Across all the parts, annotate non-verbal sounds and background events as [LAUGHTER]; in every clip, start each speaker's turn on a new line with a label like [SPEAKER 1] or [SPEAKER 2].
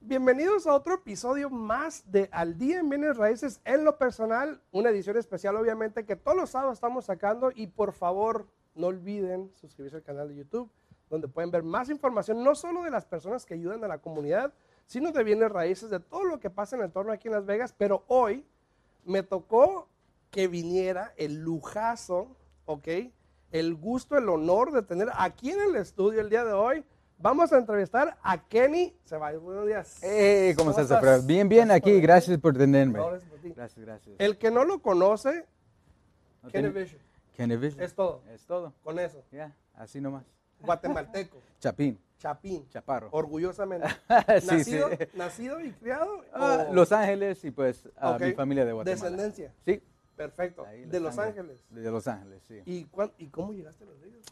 [SPEAKER 1] Bienvenidos a otro episodio más de Al Día en Bienes Raíces en lo personal, una edición especial obviamente que todos los sábados estamos sacando y por favor no olviden suscribirse al canal de YouTube donde pueden ver más información no solo de las personas que ayudan a la comunidad, sino de bienes raíces, de todo lo que pasa en el entorno aquí en Las Vegas, pero hoy me tocó que viniera el lujazo, ¿ok? El gusto, el honor de tener aquí en el estudio el día de hoy Vamos a entrevistar a Kenny Ceballos. Buenos días.
[SPEAKER 2] Hey, Eh, ¿cómo, ¿Cómo estás, Sofra? Bien, bien
[SPEAKER 1] Gracias por
[SPEAKER 2] aquí.
[SPEAKER 1] venir.
[SPEAKER 2] Gracias por tenerme.
[SPEAKER 1] No, gracias por ti.
[SPEAKER 2] Gracias, gracias.
[SPEAKER 1] El que no lo conoce,
[SPEAKER 2] No
[SPEAKER 1] Kenny
[SPEAKER 2] tiene-
[SPEAKER 1] Vision.
[SPEAKER 2] Kennevision.
[SPEAKER 1] Es todo.
[SPEAKER 2] Es todo.
[SPEAKER 1] Con eso.
[SPEAKER 2] Ya, así nomás. [LAUGHS]
[SPEAKER 1] Guatemalteco,
[SPEAKER 2] Chapín,
[SPEAKER 1] Chapín,
[SPEAKER 2] chaparro.
[SPEAKER 1] orgullosamente.
[SPEAKER 2] [LAUGHS] Sí,
[SPEAKER 1] nacido,
[SPEAKER 2] sí.
[SPEAKER 1] nacido y criado.
[SPEAKER 2] Ah,
[SPEAKER 1] o-
[SPEAKER 2] Los Ángeles y pues a
[SPEAKER 1] Ok.
[SPEAKER 2] mi familia de Guatemala.
[SPEAKER 1] Descendencia.
[SPEAKER 2] Sí.
[SPEAKER 1] Perfecto.
[SPEAKER 2] ahí,
[SPEAKER 1] de Los Ángeles.
[SPEAKER 2] De Los Ángeles, sí.
[SPEAKER 1] ¿Y, cuán- ¿Y cómo llegaste a Los Ángeles?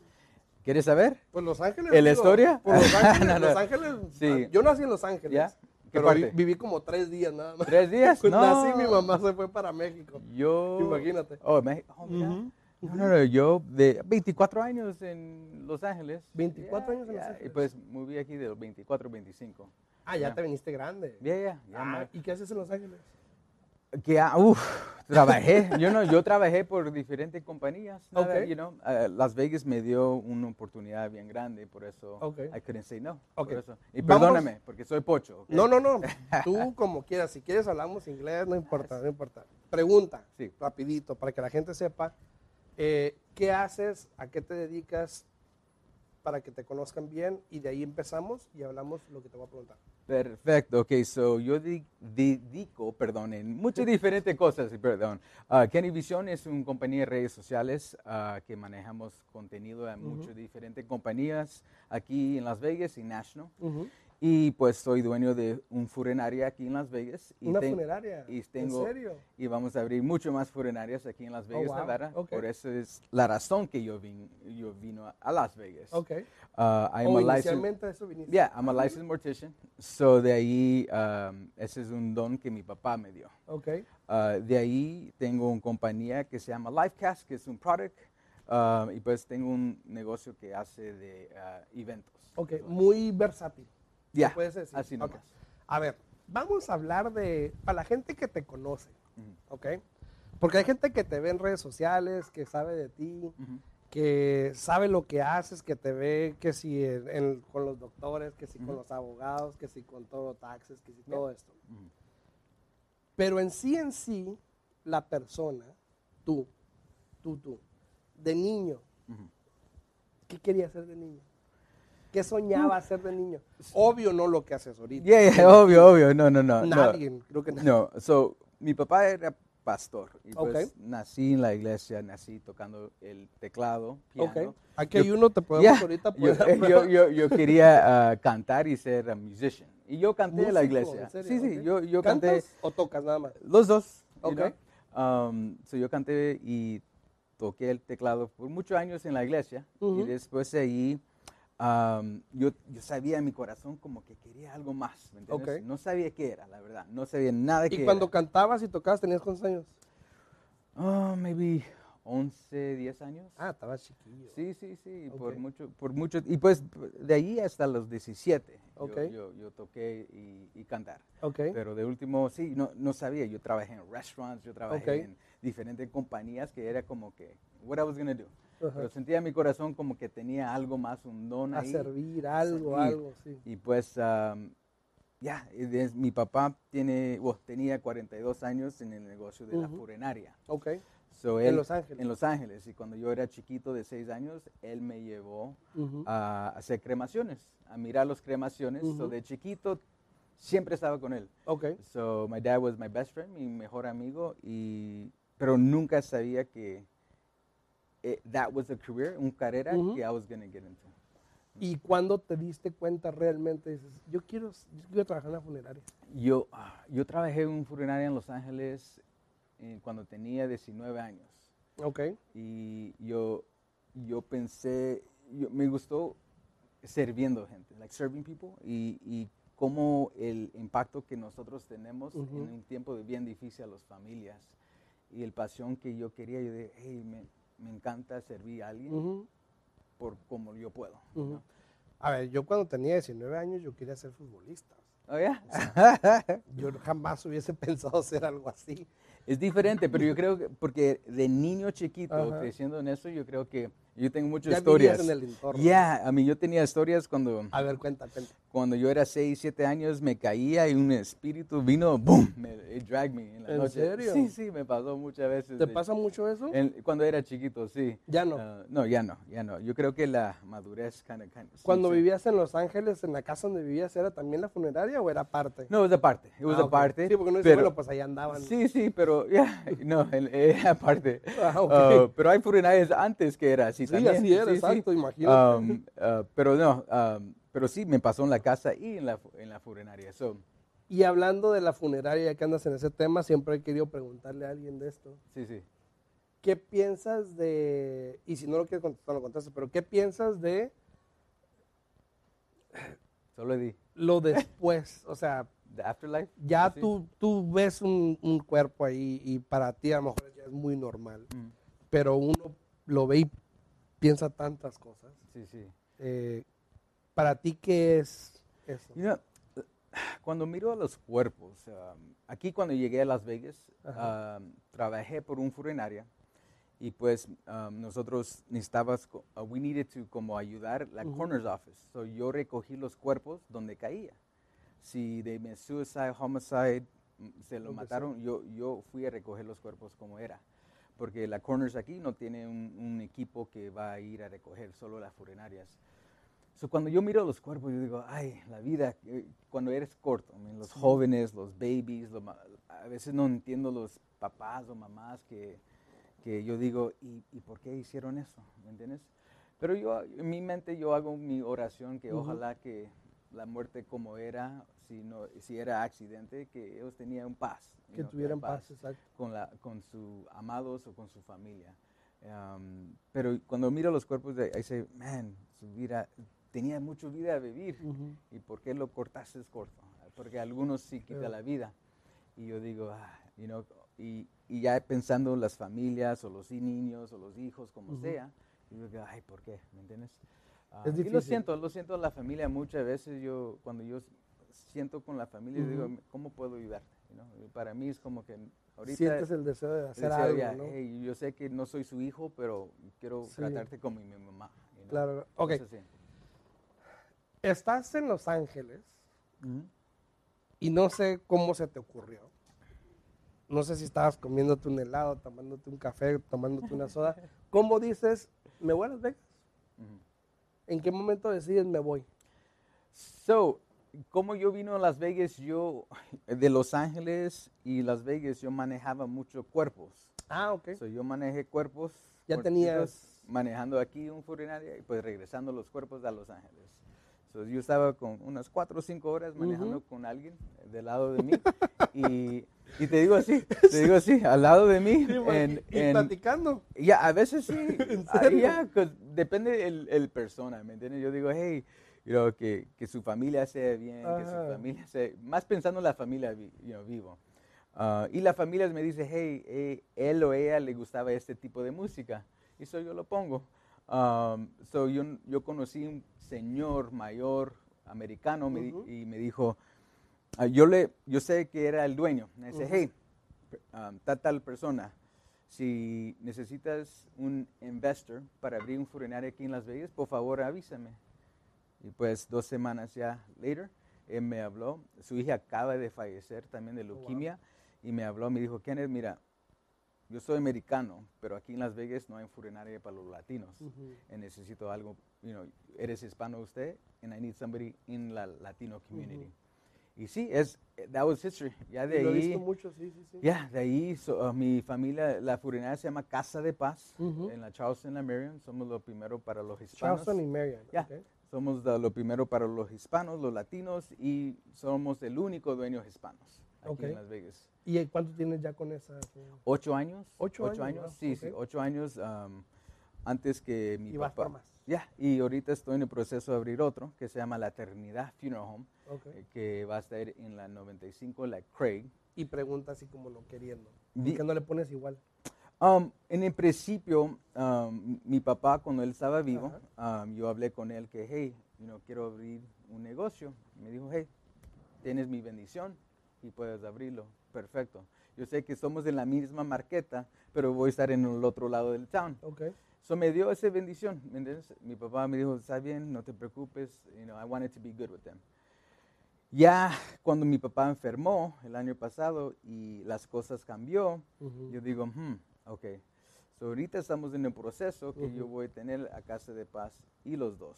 [SPEAKER 2] ¿Quieres saber?
[SPEAKER 1] Pues Los Ángeles.
[SPEAKER 2] ¿En la
[SPEAKER 1] digo,
[SPEAKER 2] historia?
[SPEAKER 1] Por
[SPEAKER 2] [LAUGHS]
[SPEAKER 1] Los Ángeles.
[SPEAKER 2] No, no.
[SPEAKER 1] Los Ángeles. ah,
[SPEAKER 2] Sí.
[SPEAKER 1] Yo nací en Los Ángeles.
[SPEAKER 2] Ya. ¿Qué
[SPEAKER 1] Pero
[SPEAKER 2] parte?
[SPEAKER 1] vi- viví como tres días nada más.
[SPEAKER 2] ¿Tres
[SPEAKER 1] [LAUGHS]
[SPEAKER 2] días?
[SPEAKER 1] Cuando
[SPEAKER 2] No.
[SPEAKER 1] Pues Nací, mi mamá se fue para México.
[SPEAKER 2] Yo...
[SPEAKER 1] Imagínate.
[SPEAKER 2] Oh, me- oh, mira. No, no, no, yo de 24 años en Los Ángeles.
[SPEAKER 1] 24
[SPEAKER 2] Ya,
[SPEAKER 1] años en
[SPEAKER 2] ya,
[SPEAKER 1] Los Ángeles.
[SPEAKER 2] Y pues moví aquí de los 24, 25.
[SPEAKER 1] Ah, ya te viniste grande.
[SPEAKER 2] Ya, ya, ya.
[SPEAKER 1] Ah,
[SPEAKER 2] ma-
[SPEAKER 1] ¿Y qué haces en Los Ángeles?
[SPEAKER 2] Eh. que ah, uf, trabajé yo no yo trabajé por diferentes compañías nada,
[SPEAKER 1] Ok.
[SPEAKER 2] you know, eh, Las Vegas me dio una oportunidad bien grande por eso
[SPEAKER 1] Ok.
[SPEAKER 2] I couldn't say no
[SPEAKER 1] Ok.
[SPEAKER 2] por eso. y
[SPEAKER 1] Vamos-
[SPEAKER 2] perdóname porque soy pocho ok?
[SPEAKER 1] No, no,
[SPEAKER 2] [LAUGHS]
[SPEAKER 1] no. Tú como quieras. Si quieres hablamos inglés, no importa, no importa. Pregunta,
[SPEAKER 2] Sí.
[SPEAKER 1] rapidito, para que la gente sepa. eh, ¿Qué haces? ¿A qué te dedicas? Para que te conozcan bien. Y de ahí empezamos y hablamos lo que te voy a preguntar.
[SPEAKER 2] perfecto ok so yo di- dedico perdón en muchas diferentes cosas y perdón Ah, Kenny Vision es una compañía de redes sociales ah, que manejamos contenido en muchas diferentes compañías aquí en Las Vegas y National Y pues soy dueño de un funeraria aquí en Las Vegas. Y
[SPEAKER 1] Una
[SPEAKER 2] ten-
[SPEAKER 1] funeraria.
[SPEAKER 2] Y tengo,
[SPEAKER 1] ¿En serio?
[SPEAKER 2] Y vamos a abrir mucho más funerarias aquí en Las Vegas,
[SPEAKER 1] Oh, wow.
[SPEAKER 2] Nevada.
[SPEAKER 1] Ok.
[SPEAKER 2] Por eso es la razón que yo, vin- yo vino a Las Vegas.
[SPEAKER 1] Ok.
[SPEAKER 2] Uh, I am
[SPEAKER 1] o
[SPEAKER 2] a licensed-
[SPEAKER 1] inicialmente eso viniste.
[SPEAKER 2] Yeah, I'm a licensed mortician. So de ahí, um, ese es un don que mi papá me dio.
[SPEAKER 1] Ok.
[SPEAKER 2] Uh, de ahí tengo una compañía que se llama Lifecast, que es un product. uh, y pues tengo un negocio que hace de uh, eventos.
[SPEAKER 1] Ok. Muy versátil.
[SPEAKER 2] Ya,
[SPEAKER 1] ¿Se puede decir?
[SPEAKER 2] así
[SPEAKER 1] Ok.
[SPEAKER 2] nomás.
[SPEAKER 1] A ver, vamos a hablar de, para la gente que te conoce, ¿ok? Porque hay gente que te ve en redes sociales, que sabe de ti, que sabe lo que haces, que te ve, que si en- en- con los doctores, que si con los abogados, que si con todo taxes, que si todo esto. Pero en sí, en sí, la persona, tú, tú, tú, de niño, ¿qué quería hacer de niño? ¿Qué soñaba hacer de niño? Obvio no lo que haces ahorita.
[SPEAKER 2] Yeah, yeah, [LAUGHS] obvio, obvio. No, no, no. no.
[SPEAKER 1] Nadie, creo que
[SPEAKER 2] [LAUGHS]
[SPEAKER 1] nadie.
[SPEAKER 2] No, so, mi papá era pastor. Y pues
[SPEAKER 1] Ok.
[SPEAKER 2] nací en la iglesia, nací tocando el teclado, piano.
[SPEAKER 1] Ok. Aquí hay uno, te podemos
[SPEAKER 2] Yeah, [LAUGHS]
[SPEAKER 1] ahorita pues,
[SPEAKER 2] yo,
[SPEAKER 1] poner a prueba.
[SPEAKER 2] yo, yo, yo quería ah, cantar y ser ah, musician. Y yo canté en la
[SPEAKER 1] Músico,
[SPEAKER 2] iglesia.
[SPEAKER 1] ¿en serio?
[SPEAKER 2] sí, sí,
[SPEAKER 1] Ok.
[SPEAKER 2] yo,
[SPEAKER 1] [LAUGHS]
[SPEAKER 2] yo
[SPEAKER 1] ¿Cantas
[SPEAKER 2] canté
[SPEAKER 1] o tocas nada más?
[SPEAKER 2] los dos. you
[SPEAKER 1] Ok.
[SPEAKER 2] know. Um, so, yo canté y toqué el teclado por muchos años en la iglesia. Y después de ahí, um, yo, yo sabía en mi corazón como que quería algo más. ¿me entiendes?
[SPEAKER 1] Ok.
[SPEAKER 2] No sabía qué era, la verdad. No sabía nada qué
[SPEAKER 1] Y cuando
[SPEAKER 2] era.
[SPEAKER 1] cantabas y tocabas, ¿tenías cuántos años?
[SPEAKER 2] Ah, maybe 11, 10 años.
[SPEAKER 1] Ah, estabas chiquillo.
[SPEAKER 2] Sí, sí, sí, por
[SPEAKER 1] Ok.
[SPEAKER 2] mucho, por mucho, y pues de ahí hasta los 17, yo-
[SPEAKER 1] Ok.
[SPEAKER 2] yo, yo, toqué y, y cantar.
[SPEAKER 1] Ok.
[SPEAKER 2] Pero de último, sí, no, no sabía, yo trabajé en restaurants, yo trabajé
[SPEAKER 1] Ok.
[SPEAKER 2] en diferentes compañías que era como que, what I was gonna do.
[SPEAKER 1] Ajá.
[SPEAKER 2] Pero sentía en mi corazón como que tenía algo más, un don
[SPEAKER 1] a
[SPEAKER 2] ahí.
[SPEAKER 1] servir, algo,
[SPEAKER 2] servir.
[SPEAKER 1] algo, sí.
[SPEAKER 2] Y pues, am, ya, y des- mi papá tiene, bueno, tenía 42 años en el negocio de la furenaria.
[SPEAKER 1] Ok.
[SPEAKER 2] So,
[SPEAKER 1] En
[SPEAKER 2] él-
[SPEAKER 1] Los Ángeles.
[SPEAKER 2] Pues, En Los Ángeles. Y cuando yo era chiquito de seis años, él me llevó
[SPEAKER 1] Ujú.
[SPEAKER 2] a hacer cremaciones, a mirar las cremaciones. So, de chiquito siempre estaba con él.
[SPEAKER 1] Ok.
[SPEAKER 2] So, my dad was my best friend, mi mejor amigo, y, pero nunca sabía que eh, that was a career, un carrera que I was going to get into.
[SPEAKER 1] ¿Y cuándo te diste cuenta realmente? Dices, yo quiero, yo quiero trabajar en la funeraria.
[SPEAKER 2] Yo, ah, yo trabajé en un funerario en Los Ángeles eh, cuando tenía 19 años.
[SPEAKER 1] Ok.
[SPEAKER 2] y yo, yo pensé, yo- me gustó sirviendo gente, like serving people, y, y cómo el impacto que nosotros tenemos en un tiempo de bien difícil a las familias y el pasión que yo quería, yo dije, hey, me, me encanta servir a alguien
[SPEAKER 1] Ujú.
[SPEAKER 2] por como yo puedo.
[SPEAKER 1] Ujú. A ver, yo cuando tenía 19 años yo quería ser futbolista.
[SPEAKER 2] Oh, yeah. [LAUGHS]
[SPEAKER 1] Yo jamás hubiese [LAUGHS] pensado hacer algo así.
[SPEAKER 2] Es diferente, pero yo creo que, porque de niño chiquito,
[SPEAKER 1] Ajá.
[SPEAKER 2] creciendo en eso, yo creo que yo tengo muchas
[SPEAKER 1] Ya vivías
[SPEAKER 2] historias.
[SPEAKER 1] en el entorno.
[SPEAKER 2] Yeah, a mí yo tenía historias cuando,
[SPEAKER 1] A ver, cuenta, cuenta.
[SPEAKER 2] cuando yo era 6, 7 años, me caía y un espíritu vino, boom, me it dragged me en la
[SPEAKER 1] ¿En
[SPEAKER 2] noche.
[SPEAKER 1] serio?
[SPEAKER 2] Sí, sí, me pasó muchas veces.
[SPEAKER 1] ¿Te
[SPEAKER 2] de-
[SPEAKER 1] pasa mucho eso?
[SPEAKER 2] en- cuando era chiquito, sí.
[SPEAKER 1] Ya no.
[SPEAKER 2] Ah, no, ya no, ya no. Yo creo que la madurez kind of,
[SPEAKER 1] Cuando
[SPEAKER 2] vivía
[SPEAKER 1] vivías en Los Ángeles, en la casa donde vivías, ¿era también la funeraria o era aparte?
[SPEAKER 2] No, es aparte, it was
[SPEAKER 1] Ah, ok.
[SPEAKER 2] aparte,
[SPEAKER 1] Sí, porque no dice,
[SPEAKER 2] pero-
[SPEAKER 1] bueno, pues ahí andaban.
[SPEAKER 2] Sí, sí, pero [LAUGHS] ya, no, el- eh, aparte.
[SPEAKER 1] Ah, ok.
[SPEAKER 2] Ah, pero hay furinales antes que era así
[SPEAKER 1] Sí,
[SPEAKER 2] también.
[SPEAKER 1] así era, exacto, imagínate.
[SPEAKER 2] Um, ah, pero no, um, pero sí me pasó en la casa y en la, fu- en la furinaria. So,
[SPEAKER 1] Y hablando de la funeraria, ya que andas en ese tema, siempre he querido preguntarle a alguien de esto.
[SPEAKER 2] sí, sí.
[SPEAKER 1] ¿Qué piensas de, y si no lo quieres contestar, lo contestas, pero qué piensas de
[SPEAKER 2] Solo di,
[SPEAKER 1] lo después? O sea,
[SPEAKER 2] the afterlife.
[SPEAKER 1] ya
[SPEAKER 2] así.
[SPEAKER 1] tú, tú ves un, un cuerpo ahí y para ti a lo mejor ya es muy normal,
[SPEAKER 2] Mm,
[SPEAKER 1] pero uno lo ve y piensa tantas cosas.
[SPEAKER 2] sí, sí.
[SPEAKER 1] Eh, ¿Para ti qué es eso?
[SPEAKER 2] You know, cuando miro a los cuerpos, um, aquí cuando llegué a Las Vegas,
[SPEAKER 1] Ajá.
[SPEAKER 2] um, trabajé por un furinaria y pues um, nosotros necesitabas, co- uh, we needed to como ayudar la
[SPEAKER 1] Ujú.
[SPEAKER 2] coroner's office. So yo recogí los cuerpos donde caía. Si de mi suicide, homicide, mm, se lo
[SPEAKER 1] Donde sea.
[SPEAKER 2] mataron, yo, yo fui a recoger los cuerpos como era. Porque la corners aquí no tiene un, un equipo que va a ir a recoger, solo las furinarias. So, cuando yo miro los cuerpos, yo digo, ay, la vida, eh, cuando eres corto, I mean, los jóvenes, los babies, lo ma- a veces no entiendo los papás o mamás que, que yo digo, ¿y, y por qué hicieron eso? ¿Me entiendes? Pero yo, en mi mente, yo hago mi oración que
[SPEAKER 1] Ujú.
[SPEAKER 2] ojalá que la muerte como era, si, no, si era accidente, que ellos tenían paz. you
[SPEAKER 1] que
[SPEAKER 2] know,
[SPEAKER 1] tuvieran paz, exacto.
[SPEAKER 2] con, la, con sus amados o con su familia. Um, pero pero miro los cuerpos, de, I say, man, su vida, tenía mucha vida a vivir.
[SPEAKER 1] Ujú.
[SPEAKER 2] ¿Y por qué lo cortaste corto? Porque algunos sí quita
[SPEAKER 1] Claro.
[SPEAKER 2] la vida. Y yo digo, ah, you know, y, y ya pensando en las familias o los niños o los hijos, como
[SPEAKER 1] Ujú.
[SPEAKER 2] sea, yo digo, ay, ¿por qué? ¿Me entiendes? Ah,
[SPEAKER 1] Es
[SPEAKER 2] Y lo
[SPEAKER 1] difícil.
[SPEAKER 2] siento, lo siento a la familia muchas veces. Yo, cuando yo siento con la familia, yo
[SPEAKER 1] Ujú.
[SPEAKER 2] digo, ¿cómo puedo ayudarte? You know, y para mí es como que ahorita.
[SPEAKER 1] Sientes el deseo de hacer
[SPEAKER 2] decía,
[SPEAKER 1] algo,
[SPEAKER 2] "Ya,
[SPEAKER 1] ¿no?
[SPEAKER 2] hey, yo sé que no soy su hijo, pero quiero
[SPEAKER 1] Sí.
[SPEAKER 2] tratarte como mi mamá. you know,
[SPEAKER 1] Claro, ok.
[SPEAKER 2] cosas así.
[SPEAKER 1] Estás en Los Ángeles
[SPEAKER 2] Ujú.
[SPEAKER 1] y no sé cómo se te ocurrió. No sé si estabas comiéndote un helado, tomándote un café, tomándote una
[SPEAKER 2] [LAUGHS]
[SPEAKER 1] soda. ¿Cómo dices, me voy a Las Vegas?
[SPEAKER 2] Ujú.
[SPEAKER 1] ¿En qué momento decides, me voy?
[SPEAKER 2] So, como yo vino a Las Vegas, yo de Los Ángeles y Las Vegas, yo manejaba mucho cuerpos.
[SPEAKER 1] Ah, ok. [LAUGHS]
[SPEAKER 2] So, yo manejé cuerpos.
[SPEAKER 1] Ya
[SPEAKER 2] cuerpitos,
[SPEAKER 1] tenías-
[SPEAKER 2] Manejando aquí un furinaria y pues regresando los cuerpos a Los Ángeles. So, yo estaba con unas cuatro o cinco horas manejando con alguien eh, del lado de mí. [LAUGHS] y, y te digo así, te digo así, al lado de mí. en-
[SPEAKER 1] y,
[SPEAKER 2] en-
[SPEAKER 1] platicando.
[SPEAKER 2] ya, a
[SPEAKER 1] [LAUGHS]
[SPEAKER 2] veces sí. ah,
[SPEAKER 1] serio?
[SPEAKER 2] ya, 'cause depende el, el persona, ¿me entiendes? Yo digo, hey, you know, que, que su familia sea bien, que
[SPEAKER 1] Ajá.
[SPEAKER 2] su familia sea... Más pensando en la familia vi- you know, vivo. Ah, y la familia me dice, hey, eh, él o ella le gustaba este tipo de música. Y so yo lo pongo. Um, so yo, yo conocí un señor mayor americano me di-
[SPEAKER 1] Ujú.
[SPEAKER 2] y me dijo, ah, yo, le, yo sé que era el dueño. Me dice,
[SPEAKER 1] Ujú.
[SPEAKER 2] hey, um, ta- tal persona, si necesitas un investor para abrir un furinario aquí en Las Vegas, por favor avísame. Y pues dos semanas ya later, él me habló, su hija acaba de fallecer también de
[SPEAKER 1] Oh, wow.
[SPEAKER 2] leucemia, y me habló, me dijo, Kenneth, mira, yo soy americano, pero aquí en Las Vegas no hay furinaria para los latinos.
[SPEAKER 1] Ujú.
[SPEAKER 2] Eh, necesito algo, you know, eres hispano usted, and I need somebody in la Latino community. Y sí, es, eh, that was history. Ya de
[SPEAKER 1] Y Lo he
[SPEAKER 2] ahí...
[SPEAKER 1] visto mucho, sí, sí, sí.
[SPEAKER 2] Ya, de ahí so- uh, mi familia, la furinaria se llama Casa de Paz,
[SPEAKER 1] Ujú.
[SPEAKER 2] en la Charleston, la Marion, somos lo primero para los hispanos.
[SPEAKER 1] Charleston y Marion.
[SPEAKER 2] Ya.
[SPEAKER 1] ok.
[SPEAKER 2] Somos de lo primero para los hispanos, los latinos, y somos el único dueño hispanos aquí
[SPEAKER 1] Ok.
[SPEAKER 2] en Las Vegas.
[SPEAKER 1] ¿Y eh, cuánto tienes ya con esa? eh?
[SPEAKER 2] ¿Ocho años?
[SPEAKER 1] Ocho años, wow,
[SPEAKER 2] sí, sí,
[SPEAKER 1] ok.
[SPEAKER 2] ocho años um, antes que mi
[SPEAKER 1] Y vas
[SPEAKER 2] papá.
[SPEAKER 1] por más.
[SPEAKER 2] Ya, y ahorita estoy en el proceso de abrir otro que se llama La Eternidad Funeral Home,
[SPEAKER 1] Ok.
[SPEAKER 2] eh, que va a estar en la 95, la Craig.
[SPEAKER 1] Y pregunta así como no queriendo.
[SPEAKER 2] Di-
[SPEAKER 1] ¿Por qué no le pones igual?
[SPEAKER 2] Um, en el principio, um, mi papá, cuando él estaba vivo, um, yo hablé con él que, hey, you know, quiero abrir un negocio. Y me dijo, hey, tienes mi bendición y puedes abrirlo. Perfecto. Yo sé que somos de la misma marqueta, pero voy a estar en el otro lado del town.
[SPEAKER 1] Ok.
[SPEAKER 2] So me dio esa bendición, ¿me entiendes? Mi papá me dijo, está bien, no te preocupes, you know, I wanted to be good with them. Ya cuando mi papá enfermó el año pasado y las cosas cambió,
[SPEAKER 1] Ujú.
[SPEAKER 2] yo digo, hmm, ok, so ahorita estamos en el proceso que yo voy a tener a Casa de Paz y los dos.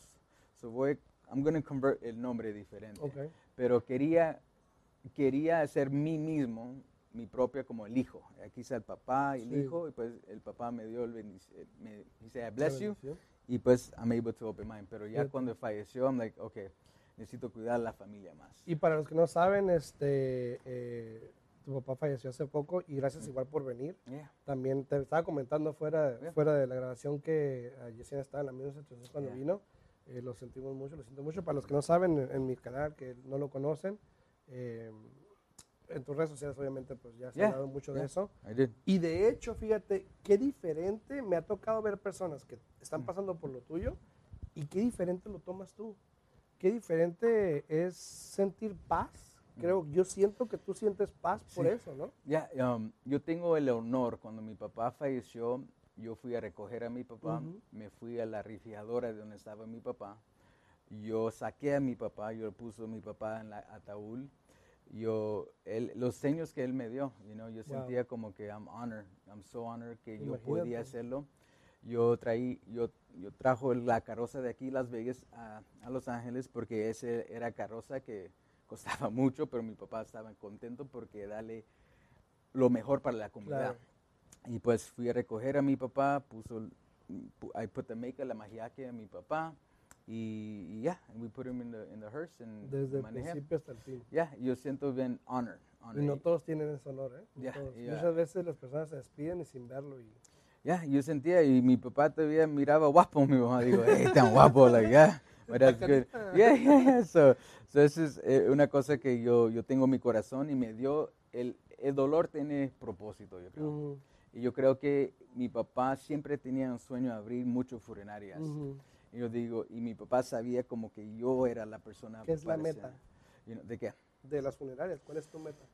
[SPEAKER 2] So voy, I'm going to convert el nombre diferente.
[SPEAKER 1] Ok.
[SPEAKER 2] Pero quería, quería hacer mí mismo, mi propia como el hijo. Aquí está el papá y el
[SPEAKER 1] Sí.
[SPEAKER 2] hijo, y pues el papá me dio el bendición, me dice, I
[SPEAKER 1] La
[SPEAKER 2] bless you,
[SPEAKER 1] bendición.
[SPEAKER 2] y pues I'm able to open mine. Pero ya
[SPEAKER 1] Fíjate.
[SPEAKER 2] cuando falleció, I'm like, ok, necesito cuidar a la familia más.
[SPEAKER 1] Y para los que no saben, este, eh, tu papá falleció hace poco y gracias igual por venir.
[SPEAKER 2] Yeah.
[SPEAKER 1] También te estaba comentando fuera,
[SPEAKER 2] Yeah.
[SPEAKER 1] fuera de la grabación que eh, Yesenia estaba en la misma situación cuando
[SPEAKER 2] Yeah.
[SPEAKER 1] vino. Eh, lo sentimos mucho, lo siento mucho. Para los que no saben, en, en mi canal, que no lo conocen, eh, en tus redes sociales obviamente pues ya se ha
[SPEAKER 2] Yeah.
[SPEAKER 1] hablado mucho de
[SPEAKER 2] Yeah.
[SPEAKER 1] eso.
[SPEAKER 2] I did.
[SPEAKER 1] Y de hecho, fíjate, qué diferente me ha tocado ver personas que están pasando por lo tuyo y qué diferente lo tomas tú. Qué diferente es sentir paz. Creo, yo siento que tú sientes paz por
[SPEAKER 2] Sí.
[SPEAKER 1] eso, ¿no?
[SPEAKER 2] Ya, um, yo tengo el honor, cuando mi papá falleció, yo fui a recoger a mi papá,
[SPEAKER 1] Ujú.
[SPEAKER 2] me fui a la refrigeradora de donde estaba mi papá, yo saqué a mi papá, yo puse a mi papá en la ataúd, yo, él- los seños que él me dio, you know, yo
[SPEAKER 1] Wow.
[SPEAKER 2] sentía como que I'm honored, I'm so honored que yo
[SPEAKER 1] Imagínate.
[SPEAKER 2] podía hacerlo. Yo traí, yo, yo trajo la carroza de aquí Las Vegas a, a Los Ángeles porque ese era carroza que costaba [LAUGHS] mucho, pero mi papá estaba contento porque darle lo mejor para la comunidad.
[SPEAKER 1] Claro.
[SPEAKER 2] Y pues fui a recoger a mi papá, puso, el- pu- I put the makeup, la maquillaje a mi papá y, y ya, and we put him in the, in the hearse and
[SPEAKER 1] Desde el
[SPEAKER 2] manejé.
[SPEAKER 1] principio hasta el fin.
[SPEAKER 2] Ya, yo siento bien honor. honor.
[SPEAKER 1] Y no todos tienen ese honor, ¿eh? No
[SPEAKER 2] Ya,
[SPEAKER 1] todos.
[SPEAKER 2] ya.
[SPEAKER 1] Muchas veces las personas se despiden y sin verlo. Y,
[SPEAKER 2] Ya, yo sentía y mi papá todavía miraba guapo, mi mamá digo, hey, tan guapo, like, yeah, but that's good. Yeah, yeah, yeah. So, so eso es eh, una cosa que yo, yo tengo en mi corazón y me dio, el, el dolor tiene propósito, yo creo.
[SPEAKER 1] Ujú,
[SPEAKER 2] Y yo creo que mi papá siempre tenía un sueño de abrir muchas furinarias.
[SPEAKER 1] ujú.
[SPEAKER 2] Y yo digo, y mi papá sabía como que yo era la persona.
[SPEAKER 1] ¿Qué es la
[SPEAKER 2] parecía-
[SPEAKER 1] meta?
[SPEAKER 2] you know, ¿De qué?
[SPEAKER 1] De las funerarias, ¿cuál es tu meta?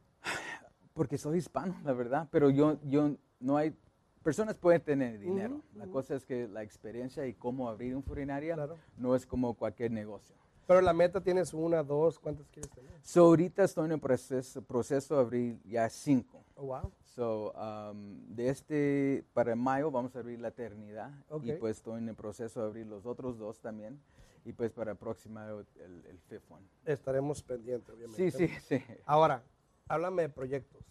[SPEAKER 2] Porque soy hispano, la verdad, pero yo, yo no hay, personas pueden tener dinero.
[SPEAKER 1] Ujú,
[SPEAKER 2] La
[SPEAKER 1] ujú.
[SPEAKER 2] cosa es que la experiencia y cómo abrir un furinaria
[SPEAKER 1] Claro.
[SPEAKER 2] no es como cualquier negocio.
[SPEAKER 1] Pero la meta tienes una, dos, ¿cuántas quieres tener?
[SPEAKER 2] So, ahorita estoy en el proceso, proceso de abrir ya cinco.
[SPEAKER 1] Oh, wow.
[SPEAKER 2] So, um, de este, para mayo vamos a abrir la eternidad
[SPEAKER 1] Ok.
[SPEAKER 2] y pues estoy en el proceso de abrir los otros dos también y pues para aproximar el, el fifth one.
[SPEAKER 1] Estaremos pendientes, obviamente.
[SPEAKER 2] Sí, sí, [LAUGHS] sí.
[SPEAKER 1] Ahora, háblame de proyectos.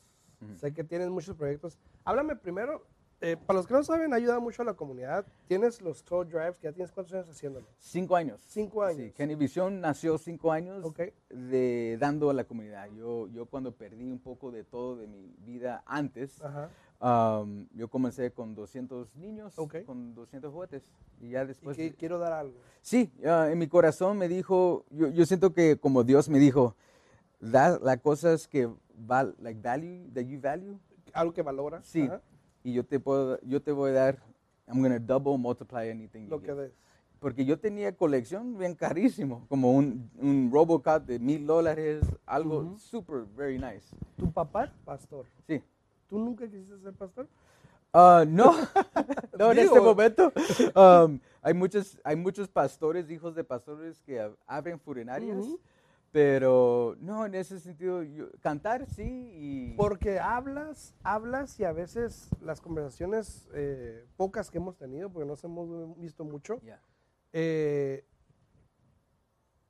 [SPEAKER 1] Sé que tienes muchos proyectos. Háblame primero, eh, para los que no saben, ayuda mucho a la comunidad. Tienes los tow drives, que ya tienes cuántos años haciéndolo.
[SPEAKER 2] Cinco años.
[SPEAKER 1] Cinco
[SPEAKER 2] Sí,
[SPEAKER 1] años.
[SPEAKER 2] Kenny Vision nació cinco años
[SPEAKER 1] Ok.
[SPEAKER 2] de dando a la comunidad. Yo, yo cuando perdí un poco de todo de mi vida antes,
[SPEAKER 1] Ajá.
[SPEAKER 2] um, yo comencé con 200 niños,
[SPEAKER 1] Ok.
[SPEAKER 2] con 200 juguetes. Y ya
[SPEAKER 1] Y
[SPEAKER 2] después...
[SPEAKER 1] que quiero dar algo.
[SPEAKER 2] Sí, ah, en mi corazón me dijo, yo, yo siento que como Dios me dijo, da las cosas que val, like value, that you value.
[SPEAKER 1] Algo que valora.
[SPEAKER 2] Sí,
[SPEAKER 1] ajá,
[SPEAKER 2] y yo te, puedo, yo te voy a dar, I'm going to double, multiply anything you
[SPEAKER 1] Lo que
[SPEAKER 2] give.
[SPEAKER 1] des.
[SPEAKER 2] Porque yo tenía colección bien carísimo, como un, un Robocop de mil dólares, algo super, very nice.
[SPEAKER 1] Tu papá era pastor.
[SPEAKER 2] Sí.
[SPEAKER 1] ¿Tú nunca quisiste ser pastor?
[SPEAKER 2] Ah, [LAUGHS] no, no en este
[SPEAKER 1] Digo.
[SPEAKER 2] momento. [LAUGHS] Um, hay, muchos, hay muchos pastores, hijos de pastores que ab- abren furinarias,
[SPEAKER 1] Ujú.
[SPEAKER 2] pero no, en ese sentido, yo- cantar sí y...
[SPEAKER 1] Porque hablas, hablas y a veces las conversaciones eh, pocas que hemos tenido, porque nos hemos visto mucho,
[SPEAKER 2] Yeah.
[SPEAKER 1] eh,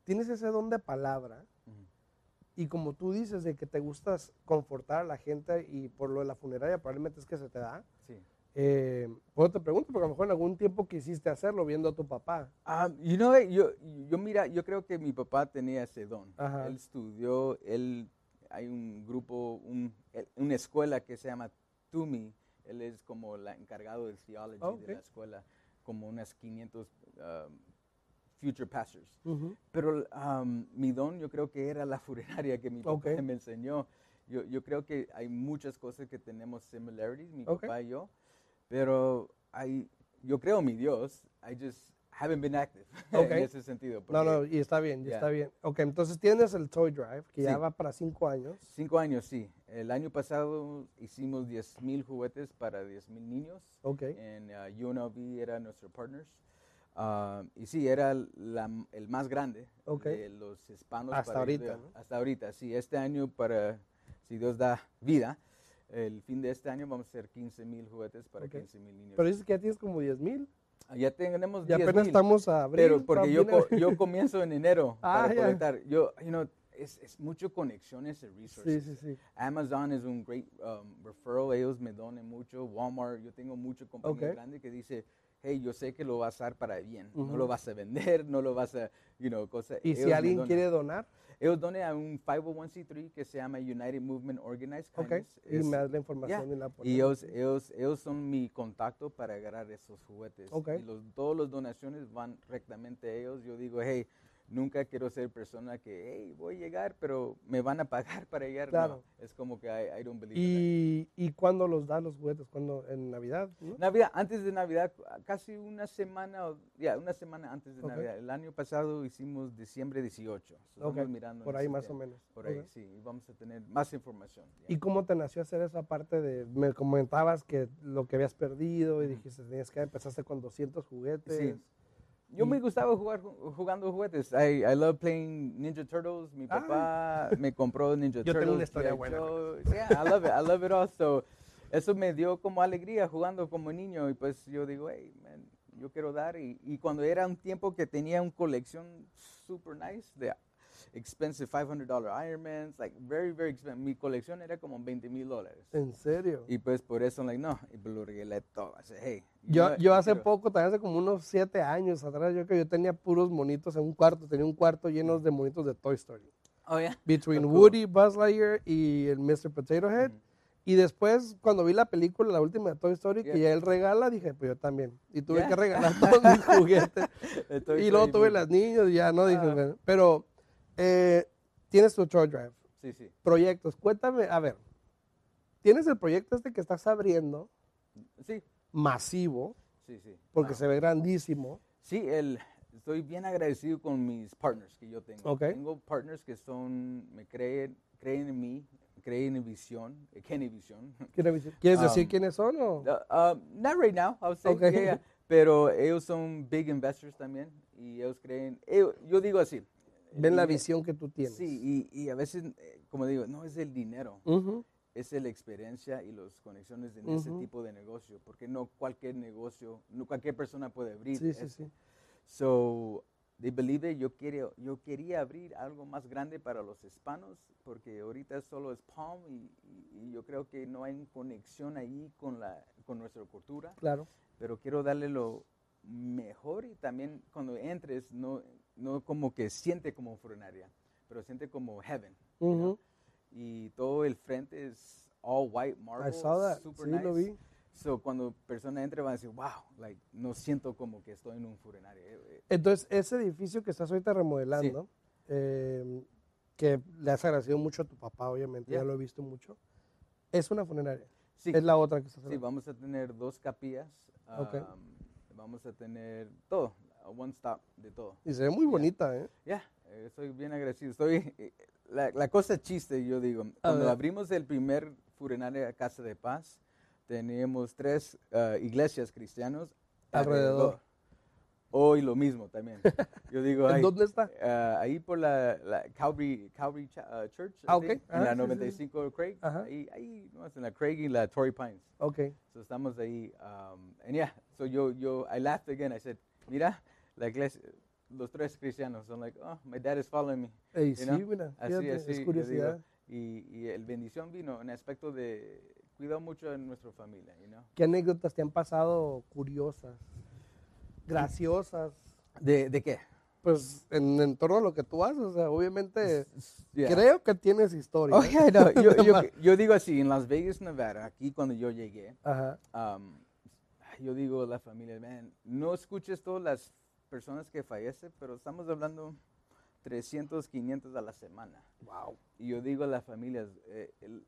[SPEAKER 1] tienes ese don de palabra
[SPEAKER 2] Ujú.
[SPEAKER 1] y como tú dices de que te gustas confortar a la gente y por lo de la funeraria probablemente es que se te da,
[SPEAKER 2] Sí.
[SPEAKER 1] eh, por eso te pregunto, porque a lo mejor en algún tiempo quisiste hacerlo viendo a tu papá.
[SPEAKER 2] Um, you know, eh, yo, yo mira, yo creo que mi papá tenía ese don.
[SPEAKER 1] Ajá.
[SPEAKER 2] Él estudió, él, hay un grupo, un, el- una escuela que se llama Tumi. Él es como el encargado del theology
[SPEAKER 1] Ah, ok.
[SPEAKER 2] de la escuela, como unas 500 um, future pastors. Pero um, mi don yo creo que era la [LAUGHS] funeraria que mi papá
[SPEAKER 1] Ok.
[SPEAKER 2] me enseñó. Yo, yo creo que hay muchas cosas que tenemos similarities, mi
[SPEAKER 1] Ok.
[SPEAKER 2] papá y yo, Pero I, yo creo mi Dios, I just haven't been active
[SPEAKER 1] Okay.
[SPEAKER 2] [LAUGHS] en ese sentido.
[SPEAKER 1] No,
[SPEAKER 2] porque-
[SPEAKER 1] no, y está bien, y
[SPEAKER 2] Ya.
[SPEAKER 1] está bien. Ok, entonces tienes el Toy Drive, que ya
[SPEAKER 2] Sí.
[SPEAKER 1] va para cinco años.
[SPEAKER 2] Cinco años, sí. El año pasado hicimos 10.000 juguetes para 10.000 niños.
[SPEAKER 1] Ok.
[SPEAKER 2] En uh, UNLV era nuestro partners. Ah, y sí, era la m- el más grande
[SPEAKER 1] Ok.
[SPEAKER 2] de los hispanos.
[SPEAKER 1] Hasta
[SPEAKER 2] para
[SPEAKER 1] ahorita,
[SPEAKER 2] ayudar.
[SPEAKER 1] ¿no?
[SPEAKER 2] Hasta ahorita, sí. Este año, para si Dios da vida, el fin de este año vamos a hacer 15.000 juguetes para
[SPEAKER 1] Ok.
[SPEAKER 2] 15.000 niños.
[SPEAKER 1] Pero dices que ya tienes como 10 mil.
[SPEAKER 2] Ah, ya tenemos
[SPEAKER 1] Y apenas
[SPEAKER 2] 10,000.
[SPEAKER 1] estamos a abril.
[SPEAKER 2] Pero porque yo,
[SPEAKER 1] también- ¿eh?
[SPEAKER 2] co- yo comienzo en enero
[SPEAKER 1] [LAUGHS] Ah,
[SPEAKER 2] para
[SPEAKER 1] ya.
[SPEAKER 2] colectar. Yo, you know, es, es mucho conexiones
[SPEAKER 1] [LAUGHS]
[SPEAKER 2] y
[SPEAKER 1] Sí,
[SPEAKER 2] resources.
[SPEAKER 1] sí, sí.
[SPEAKER 2] Amazon es un great um, referral, ellos me donan mucho. Walmart, yo tengo mucho compañía
[SPEAKER 1] Ok.
[SPEAKER 2] grande que dice, hey, yo sé que lo vas a dar para bien,
[SPEAKER 1] Ujú.
[SPEAKER 2] no lo vas a vender, no lo vas a, you know, cosa.
[SPEAKER 1] Y
[SPEAKER 2] ellos
[SPEAKER 1] si
[SPEAKER 2] me
[SPEAKER 1] alguien
[SPEAKER 2] donan.
[SPEAKER 1] quiere donar,
[SPEAKER 2] Ellos donan a un 501c3 que se llama United Movement Organized
[SPEAKER 1] ok,
[SPEAKER 2] Kindness.
[SPEAKER 1] y
[SPEAKER 2] Es-
[SPEAKER 1] me das la información
[SPEAKER 2] ya,
[SPEAKER 1] y la
[SPEAKER 2] y
[SPEAKER 1] ponemos.
[SPEAKER 2] ellos, ellos, ellos son mi contacto para agarrar esos juguetes.
[SPEAKER 1] Ok.
[SPEAKER 2] Y los, todas las donaciones van rectamente a ellos. Yo digo, hey, nunca quiero ser persona que, hey, voy a llegar, pero me van a pagar [LAUGHS] para llegar. No,
[SPEAKER 1] Claro.
[SPEAKER 2] es como que I, I don't believe in that.
[SPEAKER 1] ¿Y, y cuándo los dan los juguetes? cuando ¿En Navidad? ¿no?
[SPEAKER 2] Navidad, antes de Navidad, casi una semana, o- ya, una semana antes de
[SPEAKER 1] Ok.
[SPEAKER 2] Navidad. El año pasado hicimos diciembre 18. So,
[SPEAKER 1] Ok,
[SPEAKER 2] estamos mirando
[SPEAKER 1] Por
[SPEAKER 2] en
[SPEAKER 1] ahí más o
[SPEAKER 2] septiembre.
[SPEAKER 1] menos.
[SPEAKER 2] Por
[SPEAKER 1] Ok.
[SPEAKER 2] ahí, sí. Y vamos a tener más información. ya.
[SPEAKER 1] ¿Y cómo te nació hacer esa parte de, me comentabas que lo que habías perdido y dijiste, tenías que empezaste con 200 juguetes?
[SPEAKER 2] Este, Yo
[SPEAKER 1] Y-
[SPEAKER 2] me gustaba jugar ju- jugando juguetes. I, I love playing Ninja Turtles. Mi
[SPEAKER 1] Ah.
[SPEAKER 2] papá me compró Ninja
[SPEAKER 1] [LAUGHS] Yo
[SPEAKER 2] Turtles.
[SPEAKER 1] tengo una historia
[SPEAKER 2] VHS.
[SPEAKER 1] buena con
[SPEAKER 2] Yeah, I love
[SPEAKER 1] [LAUGHS]
[SPEAKER 2] it. I love it all. So, eso me dio como alegría jugando como niño. Y pues yo digo, hey, man, yo quiero dar. Y, y cuando era un tiempo que tenía una colección super nice de expensive $500 Ironmans, like very, very expensive. Mi colección era como 20 mil dólares.
[SPEAKER 1] ¿En serio?
[SPEAKER 2] Y pues por eso, like, no, y lo regalé todo. I said, hey, you know
[SPEAKER 1] Yo,
[SPEAKER 2] what?
[SPEAKER 1] yo hace
[SPEAKER 2] quiero-
[SPEAKER 1] poco, también hace como unos siete años atrás, yo que yo tenía puros monitos en un cuarto, tenía un cuarto lleno de monitos de Toy Story.
[SPEAKER 2] Oh, yeah.
[SPEAKER 1] Between
[SPEAKER 2] Cool.
[SPEAKER 1] Woody, Buzz Lightyear y el Mr. Potato Head. Y después, cuando vi la película, la última de Toy Story, que
[SPEAKER 2] Yeah.
[SPEAKER 1] ya él regala, dije, pues yo también. Y tuve
[SPEAKER 2] Yeah.
[SPEAKER 1] que
[SPEAKER 2] [LAUGHS]
[SPEAKER 1] regalar todos mis juguetes.
[SPEAKER 2] Estoy-
[SPEAKER 1] y luego
[SPEAKER 2] estoy
[SPEAKER 1] tuve
[SPEAKER 2] muy-
[SPEAKER 1] las niñas y ya, no dije,
[SPEAKER 2] Ah.
[SPEAKER 1] bueno. pero eh, tienes tu Toy Drive,
[SPEAKER 2] Sí, sí.
[SPEAKER 1] proyectos, cuéntame, a ver, tienes el proyecto este que estás abriendo,
[SPEAKER 2] Sí,
[SPEAKER 1] masivo,
[SPEAKER 2] sí, sí.
[SPEAKER 1] porque
[SPEAKER 2] Ah.
[SPEAKER 1] se ve grandísimo,
[SPEAKER 2] Sí, el, estoy bien agradecido con mis partners que yo tengo.
[SPEAKER 1] Ok.
[SPEAKER 2] Tengo partners que son, me creen, creen en mí, creen en visión, eh, que en mi visión. [LAUGHS]
[SPEAKER 1] ¿Quieres decir- ¿quieres decir
[SPEAKER 2] Um,
[SPEAKER 1] quiénes son o?
[SPEAKER 2] Uh, uh, not right now, I would say.
[SPEAKER 1] Ok.
[SPEAKER 2] yeah, yeah. Pero ellos son big investors también y ellos creen, ellos- yo digo así.
[SPEAKER 1] Ven la
[SPEAKER 2] el-
[SPEAKER 1] visión que tú tienes.
[SPEAKER 2] Sí, y, y a veces, eh, como digo, no es el dinero.
[SPEAKER 1] Ujú,
[SPEAKER 2] es la experiencia y las conexiones en ese
[SPEAKER 1] Ujú.
[SPEAKER 2] tipo de negocio, porque no cualquier negocio, no cualquier persona puede abrir.
[SPEAKER 1] sí, sí,
[SPEAKER 2] eso.
[SPEAKER 1] sí.
[SPEAKER 2] So, they believe it, yo, quería, yo quería abrir algo más grande para los hispanos, porque ahorita solo es Palm y, y- y yo creo que no hay conexión ahí con, la, con nuestra cultura,
[SPEAKER 1] claro.
[SPEAKER 2] pero quiero darle lo mejor y también cuando entres, no, no como que siente como frenaria, pero siente como heaven
[SPEAKER 1] Ujú,
[SPEAKER 2] y todo el frente es all white marble.
[SPEAKER 1] I saw that,
[SPEAKER 2] Super
[SPEAKER 1] sí,
[SPEAKER 2] nice.
[SPEAKER 1] lo vi.
[SPEAKER 2] So cuando persona entra va a decir, wow, like, no siento como que estoy en un Eh, furinario.
[SPEAKER 1] Entonces, ese edificio que estás ahorita remodelando, eh, que le has agradecido mucho a tu papá, obviamente, ya
[SPEAKER 2] Yeah.
[SPEAKER 1] lo he visto mucho, es una funeraria.
[SPEAKER 2] Sí,
[SPEAKER 1] Es la otra que estás
[SPEAKER 2] sí,
[SPEAKER 1] haciendo.
[SPEAKER 2] vamos a tener dos capillas.
[SPEAKER 1] Ok.
[SPEAKER 2] um, vamos a tener todo, a one stop de todo.
[SPEAKER 1] Y se ve muy bonita, ¿eh?
[SPEAKER 2] Ya, eh, estoy bien agradecido. Estoy, eh, la, la cosa chiste, yo digo, cuando
[SPEAKER 1] ver.
[SPEAKER 2] abrimos el primer furinario a Casa de Paz, teníamos tres ah, iglesias cristianas
[SPEAKER 1] Alrededor.
[SPEAKER 2] Hoy lo mismo
[SPEAKER 1] [LAUGHS]
[SPEAKER 2] también. Yo digo,
[SPEAKER 1] ¿En
[SPEAKER 2] ay,
[SPEAKER 1] dónde está?
[SPEAKER 2] ah, ahí por la, la Calvary, Calvary Ch- ah, Church, I
[SPEAKER 1] Ah, ok.
[SPEAKER 2] think,
[SPEAKER 1] Ajá,
[SPEAKER 2] en
[SPEAKER 1] sí,
[SPEAKER 2] la
[SPEAKER 1] sí, sí.
[SPEAKER 2] 95 Craig,
[SPEAKER 1] Ajá.
[SPEAKER 2] ahí, ahí, no, es en la Craig y la Torrey Pines.
[SPEAKER 1] Ok.
[SPEAKER 2] So estamos ahí. Um, and yeah, so yo, yo, I laughed again. I said, mira, la iglesia, los tres cristianos. I'm like, oh, my dad is following me.
[SPEAKER 1] Ey,
[SPEAKER 2] You
[SPEAKER 1] sí,
[SPEAKER 2] know,
[SPEAKER 1] mira,
[SPEAKER 2] Así,
[SPEAKER 1] fíjate,
[SPEAKER 2] así, yo
[SPEAKER 1] es
[SPEAKER 2] digo,
[SPEAKER 1] curiosidad.
[SPEAKER 2] y, y el bendición vino en aspecto de cuidado mucho a nuestra familia, you know.
[SPEAKER 1] ¿Qué anécdotas te han pasado curiosas, graciosas?
[SPEAKER 2] ¿De, de qué?
[SPEAKER 1] Pues en, en torno a lo que tú haces, o sea, obviamente Eh, creo que tienes historia.
[SPEAKER 2] Oh,
[SPEAKER 1] ¿eh?
[SPEAKER 2] yeah,
[SPEAKER 1] [LAUGHS]
[SPEAKER 2] no, yo, yo,
[SPEAKER 1] Nomás.
[SPEAKER 2] yo digo así, en Las Vegas, Nevada, aquí cuando yo llegué,
[SPEAKER 1] Ajá.
[SPEAKER 2] um, yo digo a la familia, man, no escuches todas las personas que fallecen, pero estamos hablando 300, 500 a la semana.
[SPEAKER 1] Wow.
[SPEAKER 2] Y yo digo a las familias, eh, el-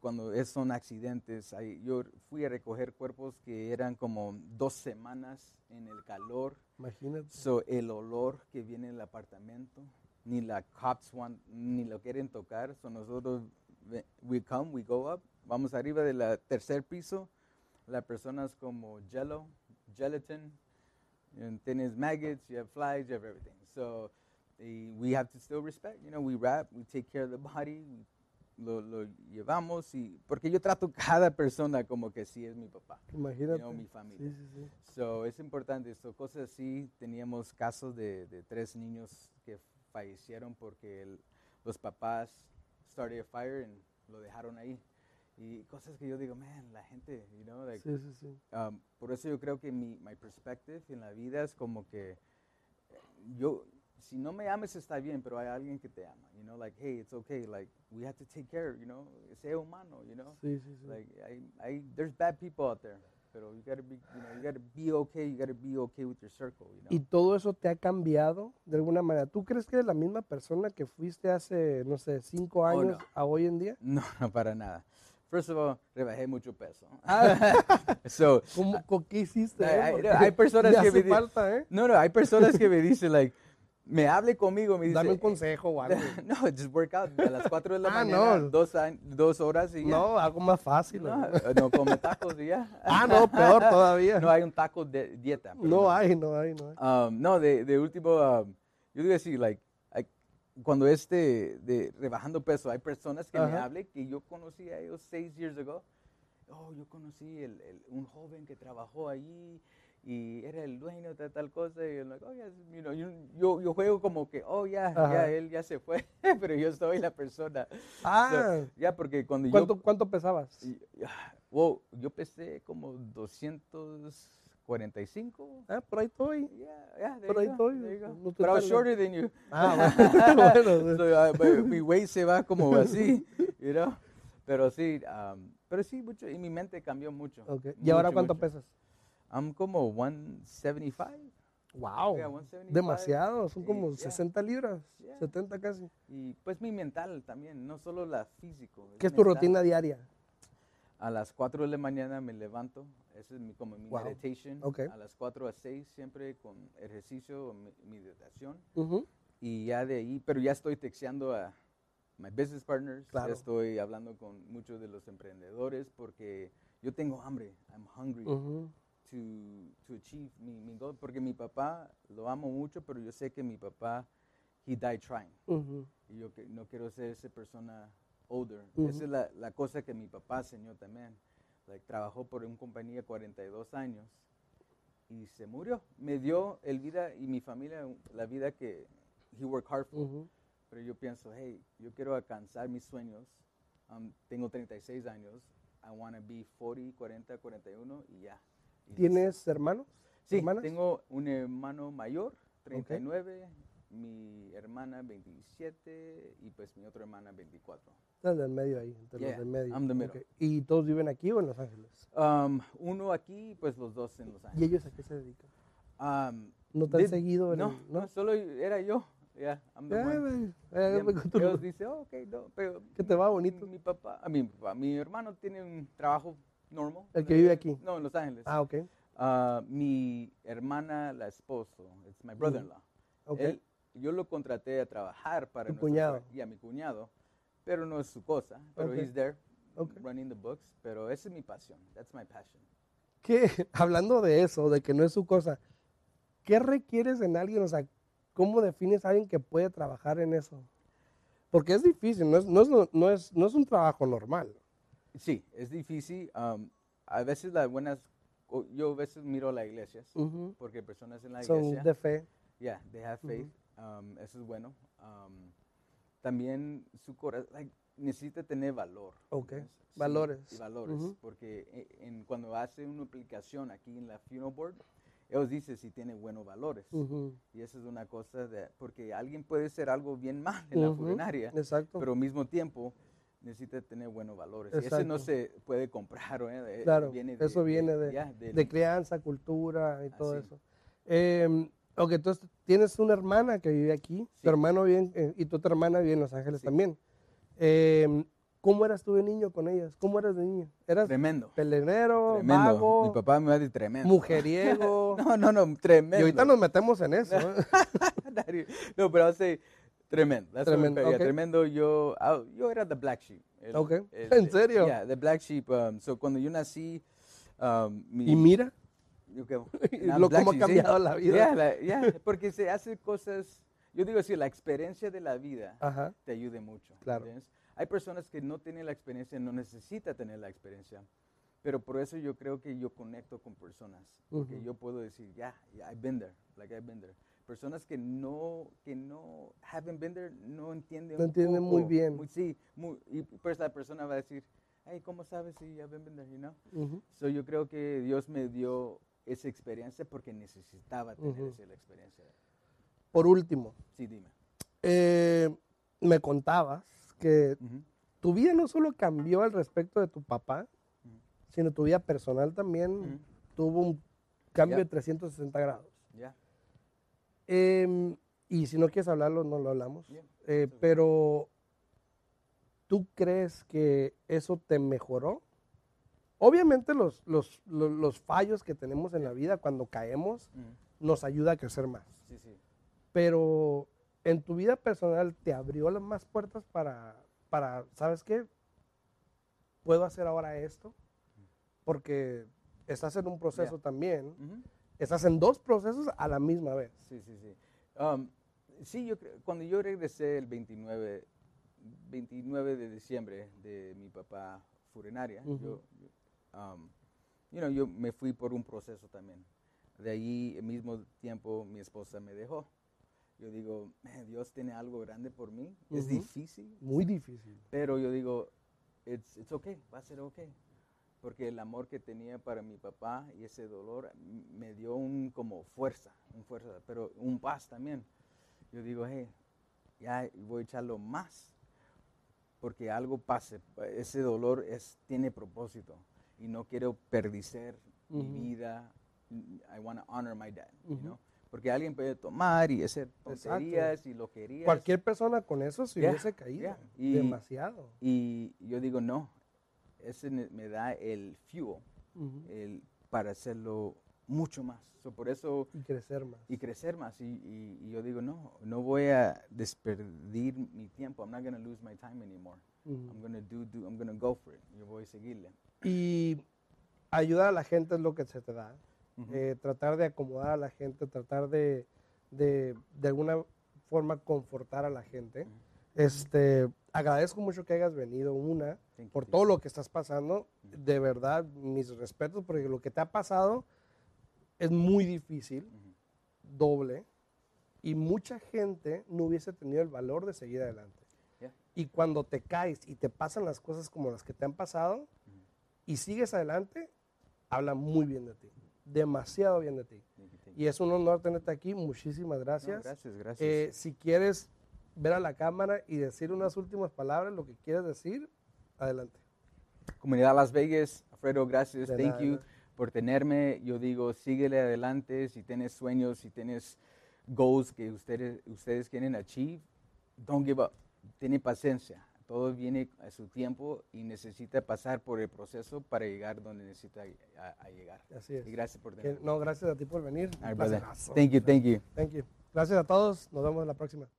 [SPEAKER 2] cuando es- son accidentes. Ahí yo fui a recoger cuerpos que eran como dos semanas en el calor.
[SPEAKER 1] Imagínate.
[SPEAKER 2] So, el olor que viene del apartamento, ni la cops want, ni lo quieren tocar. So, nosotros, ve- we come, we go up, vamos arriba del tercer piso. La personas como jello, gelatin, and then there's maggots, you have flies, you have everything. So eh, we have to still respect, you know, we wrap, we take care of the body, we- lo, lo llevamos. Y, porque yo trato cada persona como que sí es mi papá, you
[SPEAKER 1] Imagínate.
[SPEAKER 2] know, mi familia.
[SPEAKER 1] Sí, sí, sí.
[SPEAKER 2] So, es importante esto, cosas así. Teníamos casos de, de tres niños que fallecieron porque el- los papás started a fire and lo dejaron ahí. Y cosas que yo digo, man, la gente, you know, like,
[SPEAKER 1] Sí, sí, sí.
[SPEAKER 2] um, por eso yo creo que mi my perspective en la vida es como que eh, yo, si no me ames está bien, pero hay alguien que te ama, you know, like, hey, it's okay, like, we have to take care, you know, sé humano, you know.
[SPEAKER 1] Sí, sí, sí.
[SPEAKER 2] Like I, I, there's bad people out there, but you gotta be, you know, you gotta be okay. You gotta be okay with your circle, you
[SPEAKER 1] ¿Y
[SPEAKER 2] know.
[SPEAKER 1] todo eso te ha cambiado de alguna manera? ¿Tú crees que eres la misma persona que fuiste hace, no sé, cinco
[SPEAKER 2] Oh,
[SPEAKER 1] años
[SPEAKER 2] no.
[SPEAKER 1] a hoy en día?
[SPEAKER 2] [LAUGHS] No, no, para nada. First of all, rebajé mucho peso.
[SPEAKER 1] Ah.
[SPEAKER 2] [LAUGHS] so,
[SPEAKER 1] ¿Cómo, con ¿Qué hiciste?
[SPEAKER 2] Ay,
[SPEAKER 1] eh?
[SPEAKER 2] ay,
[SPEAKER 1] Porque
[SPEAKER 2] Ah, no, hay personas
[SPEAKER 1] ya
[SPEAKER 2] que
[SPEAKER 1] hace
[SPEAKER 2] me di-
[SPEAKER 1] falta, ¿eh?
[SPEAKER 2] no, no, hay personas que me dicen, like, me hable conmigo, me
[SPEAKER 1] Dame un
[SPEAKER 2] dice, eh, [LAUGHS]
[SPEAKER 1] consejo o algo.
[SPEAKER 2] no, just work out a las 4 de la
[SPEAKER 1] Ah,
[SPEAKER 2] mañana,
[SPEAKER 1] no.
[SPEAKER 2] dos, a- dos horas y ya.
[SPEAKER 1] No, algo más fácil.
[SPEAKER 2] no, [LAUGHS]
[SPEAKER 1] ¿no?
[SPEAKER 2] no come tacos
[SPEAKER 1] [LAUGHS]
[SPEAKER 2] y ya.
[SPEAKER 1] Ah, no, peor todavía.
[SPEAKER 2] No hay un taco de dieta. pues,
[SPEAKER 1] [LAUGHS]
[SPEAKER 2] pero
[SPEAKER 1] No hay, no hay, no hay.
[SPEAKER 2] Um, no, de, de último, um, yo digo así, like, I- cuando es de, de rebajando peso, hay personas que me
[SPEAKER 1] Ajá.
[SPEAKER 2] hablen que yo conocí a ellos seis years ago. Oh, yo conocí el, el- un joven que trabajó allí y era el dueño de tal cosa. Y yo, like, oh, yes, you know, yo, yo, yo juego como que, oh, ya,
[SPEAKER 1] Ajá.
[SPEAKER 2] ya, él ya se fue, [LAUGHS] pero yo soy la persona. So,
[SPEAKER 1] Ah,
[SPEAKER 2] ya, porque cuando yo...
[SPEAKER 1] ¿cuánto, cuánto pesabas?
[SPEAKER 2] y- ah, wow, yo pesé como 245.
[SPEAKER 1] Ah, por ahí estoy.
[SPEAKER 2] Yeah, yeah, there
[SPEAKER 1] Pero
[SPEAKER 2] you
[SPEAKER 1] ahí
[SPEAKER 2] go,
[SPEAKER 1] estoy,
[SPEAKER 2] there you go.
[SPEAKER 1] no te
[SPEAKER 2] But I was
[SPEAKER 1] tardas.
[SPEAKER 2] shorter than you. [LAUGHS]
[SPEAKER 1] Ah, [LAUGHS] bueno. bueno,
[SPEAKER 2] So, uh, but mi weight se va como así, you know. Pero sí, um, pero sí, mucho, y mi mente cambió mucho.
[SPEAKER 1] ok. ¿Y ahora
[SPEAKER 2] mucho,
[SPEAKER 1] cuánto
[SPEAKER 2] mucho.
[SPEAKER 1] pesas?
[SPEAKER 2] I'm como 175.
[SPEAKER 1] Wow.
[SPEAKER 2] Yeah, 175.
[SPEAKER 1] Demasiado, son
[SPEAKER 2] Sí,
[SPEAKER 1] como
[SPEAKER 2] yeah.
[SPEAKER 1] 60 libras,
[SPEAKER 2] Yeah.
[SPEAKER 1] 70 casi.
[SPEAKER 2] Y pues mi mental también, no solo la físico.
[SPEAKER 1] ¿Qué es tu
[SPEAKER 2] mental.
[SPEAKER 1] rutina diaria?
[SPEAKER 2] A las 4 de la mañana me levanto, esa es mi, como mi
[SPEAKER 1] Wow.
[SPEAKER 2] meditation.
[SPEAKER 1] Ok.
[SPEAKER 2] A las 4 a 6 siempre con ejercicio, mi- meditación.
[SPEAKER 1] Ujú.
[SPEAKER 2] Y ya de ahí, pero ya estoy texteando a my business partners, ya
[SPEAKER 1] Claro.
[SPEAKER 2] estoy hablando con muchos de los emprendedores porque yo tengo hambre, I'm hungry
[SPEAKER 1] Ujú.
[SPEAKER 2] to, to achieve mi, mi goal, porque mi papá lo amo mucho, pero yo sé que mi papá, he died trying.
[SPEAKER 1] Ujú.
[SPEAKER 2] Y yo que- no quiero ser esa persona older.
[SPEAKER 1] Ujú.
[SPEAKER 2] Esa es la, la cosa que mi papá enseñó también. Like, trabajó por una compañía 42 años y se murió. Me dio el vida y mi familia la vida que he worked hard for.
[SPEAKER 1] Ujú.
[SPEAKER 2] Pero yo pienso, hey, yo quiero alcanzar mis sueños. Um, tengo 36 años. I want to be 40, 40, 41 y ya. Y
[SPEAKER 1] ¿Tienes hermanos?
[SPEAKER 2] Sí,
[SPEAKER 1] hermanas?
[SPEAKER 2] tengo un hermano mayor, 39, mi hermana 27 y pues mi otra hermana 24.
[SPEAKER 1] Estás del medio ahí, entre
[SPEAKER 2] Yeah,
[SPEAKER 1] los del medio.
[SPEAKER 2] I'm the middle.
[SPEAKER 1] Ok. ¿Y todos viven aquí o en Los Ángeles?
[SPEAKER 2] Um, uno aquí, pues los dos en Los
[SPEAKER 1] ¿Y
[SPEAKER 2] Ángeles.
[SPEAKER 1] ellos a qué se dedican?
[SPEAKER 2] Um,
[SPEAKER 1] ¿No te han
[SPEAKER 2] did-
[SPEAKER 1] seguido? en
[SPEAKER 2] No,
[SPEAKER 1] el- Eh,
[SPEAKER 2] no, solo era yo. Yeah, I'm the
[SPEAKER 1] Ya,
[SPEAKER 2] one.
[SPEAKER 1] güey. Ya, ya
[SPEAKER 2] Yeah,
[SPEAKER 1] me contó.
[SPEAKER 2] ellos dicen, "Oh, ok, no, pero
[SPEAKER 1] Que te va bonito.
[SPEAKER 2] Mi papá, a mi, papá, mi hermano tiene un trabajo normal.
[SPEAKER 1] El que vive
[SPEAKER 2] Eh,
[SPEAKER 1] aquí.
[SPEAKER 2] No, en Los Ángeles.
[SPEAKER 1] Ah, ok.
[SPEAKER 2] Ah, mi hermana, la esposo, it's my brother-in-law.
[SPEAKER 1] Mm, Ok.
[SPEAKER 2] Él- yo lo contraté a trabajar para
[SPEAKER 1] Tu
[SPEAKER 2] nuestro
[SPEAKER 1] cuñado.
[SPEAKER 2] y a mi cuñado, pero no es su cosa, pero
[SPEAKER 1] Ok.
[SPEAKER 2] he's there
[SPEAKER 1] Ok.
[SPEAKER 2] running the books, pero esa es mi pasión, that's my passion.
[SPEAKER 1] ¿Qué? [LAUGHS] Hablando de eso, de que no es su cosa, ¿qué requieres en alguien? O sea, ¿cómo defines a alguien que puede trabajar en eso? Porque es difícil, no es, no es, lo- no es, no es un trabajo normal.
[SPEAKER 2] Sí, es difícil, um, a veces las buenas, o- yo a veces miro las iglesias,
[SPEAKER 1] Ujú.
[SPEAKER 2] porque personas en la iglesia,
[SPEAKER 1] Mm. Son de fe.
[SPEAKER 2] yeah, they have faith, um, eso es bueno. um, también su corazón, necesita tener valor.
[SPEAKER 1] Ok,
[SPEAKER 2] ¿entiendes? Sí,
[SPEAKER 1] valores.
[SPEAKER 2] y valores,
[SPEAKER 1] Ujú.
[SPEAKER 2] porque e- en, cuando hace una aplicación aquí en la Funeral Board, ellos dicen si tiene buenos valores.
[SPEAKER 1] Ujú.
[SPEAKER 2] Y eso es una cosa de, porque alguien puede hacer algo bien mal en la
[SPEAKER 1] Ujú,
[SPEAKER 2] funeraria,
[SPEAKER 1] Exacto.
[SPEAKER 2] pero al mismo tiempo necesita tener buenos valores. Y eso no
[SPEAKER 1] Exacto.
[SPEAKER 2] se puede comprar, ¿eh? De-
[SPEAKER 1] Claro, eso viene de-
[SPEAKER 2] ya, del-
[SPEAKER 1] de crianza, cultura y todo
[SPEAKER 2] Así.
[SPEAKER 1] eso. Eh, ok, entonces tienes una hermana que vive aquí,
[SPEAKER 2] Sí.
[SPEAKER 1] tu hermano vive en- eh, y tu otra hermana vive en Los Ángeles
[SPEAKER 2] Sí.
[SPEAKER 1] también. Eh, ¿Cómo eras tú de niño con ellas? ¿Cómo eras de niño? ¿Eras
[SPEAKER 2] Tremendo.
[SPEAKER 1] pelenero,
[SPEAKER 2] Tremendo.
[SPEAKER 1] vago,
[SPEAKER 2] Mi papá me va a decir tremendo.
[SPEAKER 1] mujeriego?
[SPEAKER 2] [LAUGHS] No, no, no,
[SPEAKER 1] y
[SPEAKER 2] tremendo.
[SPEAKER 1] ahorita
[SPEAKER 2] [LAUGHS]
[SPEAKER 1] nos metemos en eso. ¿eh?
[SPEAKER 2] Daddy. no, pero I'll say tremendo. That's
[SPEAKER 1] Tremendo,
[SPEAKER 2] tremendo.
[SPEAKER 1] okay.
[SPEAKER 2] tremendo. Yo, ah, yo era the black sheep. El-
[SPEAKER 1] Okay. [LAUGHS] ¿En serio?
[SPEAKER 2] Yeah, the black sheep. um, so cuando yo nací, um, mi,
[SPEAKER 1] y mira,
[SPEAKER 2] yo que-
[SPEAKER 1] [LAUGHS] y
[SPEAKER 2] I'm
[SPEAKER 1] lo
[SPEAKER 2] black
[SPEAKER 1] cómo ha
[SPEAKER 2] sheep, sí.
[SPEAKER 1] cambiado la vida.
[SPEAKER 2] Yeah, la- yeah, porque se hace cosas. Yo digo así, la experiencia de la vida
[SPEAKER 1] Ajá.
[SPEAKER 2] te ayude mucho.
[SPEAKER 1] Claro.
[SPEAKER 2] ¿entiendes? Hay personas que no tienen la experiencia, no necesita tener la experiencia, pero por eso yo creo que yo conecto con personas, porque
[SPEAKER 1] Ujú.
[SPEAKER 2] yo puedo decir, ya, yeah, I've been there, like I've been there. Personas que no, que no haven't been there, no entienden.
[SPEAKER 1] No
[SPEAKER 2] un
[SPEAKER 1] entienden muy
[SPEAKER 2] poco,
[SPEAKER 1] bien.
[SPEAKER 2] sí, muy- y pues la persona va a decir, hey, ¿cómo sabes si I've been there, you know?
[SPEAKER 1] Ujú.
[SPEAKER 2] So yo creo que Dios me dio esa experiencia porque necesitaba tener
[SPEAKER 1] Ujú.
[SPEAKER 2] esa experiencia.
[SPEAKER 1] Por último,
[SPEAKER 2] Sí, dime.
[SPEAKER 1] eh, me contabas que
[SPEAKER 2] Ujú.
[SPEAKER 1] tu vida no solo cambió al respecto de tu papá,
[SPEAKER 2] Ujú.
[SPEAKER 1] sino tu vida personal también
[SPEAKER 2] Ujú.
[SPEAKER 1] tuvo un cambio de
[SPEAKER 2] Ya.
[SPEAKER 1] 360 grados.
[SPEAKER 2] Ya.
[SPEAKER 1] Em, y si no quieres hablarlo, no lo hablamos.
[SPEAKER 2] Bien,
[SPEAKER 1] Eh,
[SPEAKER 2] bien.
[SPEAKER 1] pero, ¿tú crees que eso te mejoró? Obviamente los, los, lo- los fallos que tenemos en la vida cuando caemos
[SPEAKER 2] Ujú.
[SPEAKER 1] nos ayuda a crecer más.
[SPEAKER 2] Sí, sí.
[SPEAKER 1] Pero en tu vida personal te abrió las más puertas para, para ¿sabes qué? Puedo hacer ahora esto porque estás en un proceso también.
[SPEAKER 2] Ujú.
[SPEAKER 1] Estás en dos procesos a la misma vez.
[SPEAKER 2] Sí, sí, sí. Um, sí, yo creo- cuando yo regresé el 29, 29 de diciembre de mi papá Furenaria,
[SPEAKER 1] Ujú.
[SPEAKER 2] yo, yo, um, you know, yo me fui por un proceso también. De ahí, al mismo tiempo, mi esposa me dejó. Yo digo, "Man, Dios tiene algo grande por mí. Es
[SPEAKER 1] Ujú.
[SPEAKER 2] difícil,
[SPEAKER 1] Muy difícil.
[SPEAKER 2] pero yo digo, it's, it's okay, va a ser okay. Porque el amor que tenía para mi papá y ese dolor m- me dio un como fuerza, un fuerza, pero un paz también. Yo digo, hey, ya voy a echarlo más, porque algo pase. Ese dolor es, tiene propósito y no quiero perdicer
[SPEAKER 1] Ujú.
[SPEAKER 2] mi vida. I want to honor my dad, you
[SPEAKER 1] Ujú.
[SPEAKER 2] know? Porque alguien puede tomar y hacer
[SPEAKER 1] Exacto.
[SPEAKER 2] tonterías y lo quería.
[SPEAKER 1] Cualquier persona con eso se
[SPEAKER 2] Yeah,
[SPEAKER 1] hubiese caído.
[SPEAKER 2] yeah. Y-
[SPEAKER 1] Demasiado.
[SPEAKER 2] Y yo digo, no, ese ne- me da el fuel
[SPEAKER 1] Ujú.
[SPEAKER 2] el- para hacerlo mucho más. So, por eso,
[SPEAKER 1] Y crecer más.
[SPEAKER 2] y crecer más. Y, y- y yo digo, no, no voy a desperdir mi tiempo. I'm not going to lose my time anymore.
[SPEAKER 1] Ujú.
[SPEAKER 2] I'm going to do, do, I'm going to go for it. Yo voy a seguirle.
[SPEAKER 1] Y ayudar a la gente es lo que se te da.
[SPEAKER 2] Ujú.
[SPEAKER 1] Eh, tratar de acomodar a la gente, tratar de, de, de alguna forma confortar a la gente.
[SPEAKER 2] Ujú.
[SPEAKER 1] Este, agradezco mucho que hayas venido, una,
[SPEAKER 2] Thank you,
[SPEAKER 1] por
[SPEAKER 2] thank
[SPEAKER 1] todo
[SPEAKER 2] you.
[SPEAKER 1] lo que estás pasando. De verdad, mis respetos, porque lo que te ha pasado es muy difícil,
[SPEAKER 2] Ujú.
[SPEAKER 1] doble, y mucha gente no hubiese tenido el valor de seguir adelante.
[SPEAKER 2] Yeah.
[SPEAKER 1] Y cuando te caes y te pasan las cosas como las que te han pasado
[SPEAKER 2] Mm-hmm.
[SPEAKER 1] y sigues adelante, habla muy bien de ti, demasiado bien de ti.
[SPEAKER 2] Thank you, thank you.
[SPEAKER 1] Y es un honor tenerte aquí, muchísimas
[SPEAKER 2] No,
[SPEAKER 1] gracias.
[SPEAKER 2] gracias, gracias.
[SPEAKER 1] Eh, si quieres ver a la cámara y decir unas últimas palabras, lo que quieres decir, adelante.
[SPEAKER 2] Comunidad Las Vegas, Alfredo, gracias,
[SPEAKER 1] De
[SPEAKER 2] thank
[SPEAKER 1] nada.
[SPEAKER 2] you por tenerme. Yo digo, síguele adelante, si tienes sueños, si tienes goals que ustedes, ustedes quieren achieve, don't give up. Tiene paciencia, todo viene a su tiempo y necesita pasar por el proceso para llegar donde necesita a, a llegar.
[SPEAKER 1] Así es.
[SPEAKER 2] Y gracias por
[SPEAKER 1] Que-
[SPEAKER 2] tenerme.
[SPEAKER 1] no, gracias a ti por venir.
[SPEAKER 2] All
[SPEAKER 1] Un
[SPEAKER 2] right, brother.
[SPEAKER 1] placerazo.
[SPEAKER 2] Thank you, thank you.
[SPEAKER 1] Thank you. Gracias a todos. Nos vemos en la próxima.